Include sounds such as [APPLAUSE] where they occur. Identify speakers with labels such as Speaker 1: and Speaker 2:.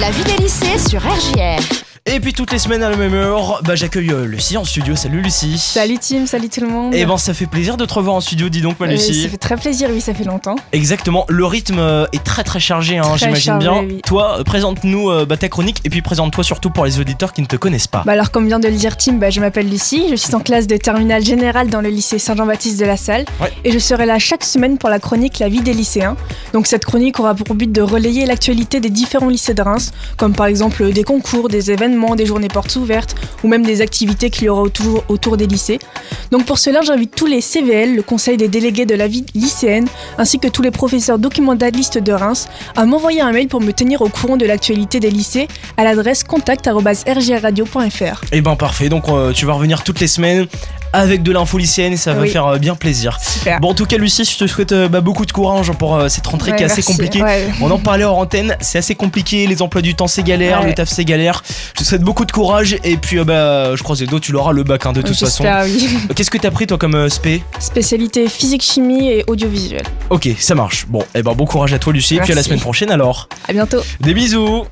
Speaker 1: La vie des lycées sur RJR.
Speaker 2: Et puis toutes les semaines à la même heure, bah, j'accueille euh, Lucie en studio. Salut Lucie.
Speaker 3: Salut Tim, salut tout le monde.
Speaker 2: Et ben ça fait plaisir de te revoir en studio, dis donc ma
Speaker 3: Euh,
Speaker 2: Lucie.
Speaker 3: ça fait très plaisir, oui, ça fait longtemps.
Speaker 2: Exactement, le rythme euh, est très très chargé, hein,
Speaker 3: Très
Speaker 2: j'imagine
Speaker 3: chargé,
Speaker 2: bien.
Speaker 3: oui.
Speaker 2: Toi, euh, présente-nous euh, bah, ta chronique et puis présente-toi surtout pour les auditeurs qui ne te connaissent pas.
Speaker 3: Bah alors, comme vient de le dire Tim, bah, je m'appelle Lucie, je suis en classe de terminale générale dans le lycée Saint-Jean-Baptiste de la Salle.
Speaker 2: Ouais.
Speaker 3: Et je serai là chaque semaine pour la chronique La vie des lycéens. Donc, cette chronique aura pour but de relayer l'actualité des différents lycées de Reims, comme par exemple euh, des concours, des événements, des journées portes ouvertes, ou même des activités qu'il y aura autour, autour des lycées. Donc, pour cela, j'invite tous les CVL, le conseil des délégués de la vie lycéenne, ainsi que tous les professeurs documentalistes de Reims, à m'envoyer un mail pour me tenir au courant de l'actualité des lycées à l'adresse contact.rgrradio.fr.
Speaker 2: Et ben parfait, donc euh, tu vas revenir toutes les semaines avec de l'info lycéenne et ça va
Speaker 3: Oui. Ah.
Speaker 2: faire euh, bien plaisir.
Speaker 3: Super.
Speaker 2: Bon en tout cas Lucie, je te souhaite euh, bah, beaucoup de courage pour euh, cette rentrée qui est assez compliquée. On en parlait hors antenne, c'est assez compliqué, les emplois du temps c'est galère,
Speaker 3: Ouais.
Speaker 2: le taf c'est galère. Je te souhaite beaucoup de courage et puis euh, bah je croise les doigts, tu l'auras le bac hein, de toute façon. Qu'est-ce que t'as pris toi comme euh, spé
Speaker 3: [LAUGHS] Spécialité physique, chimie et audiovisuel.
Speaker 2: Ok, ça marche. Bon, et ben bon eh courage à toi Lucie et puis à la
Speaker 3: Merci.
Speaker 2: semaine prochaine alors.
Speaker 3: À bientôt.
Speaker 2: Des bisous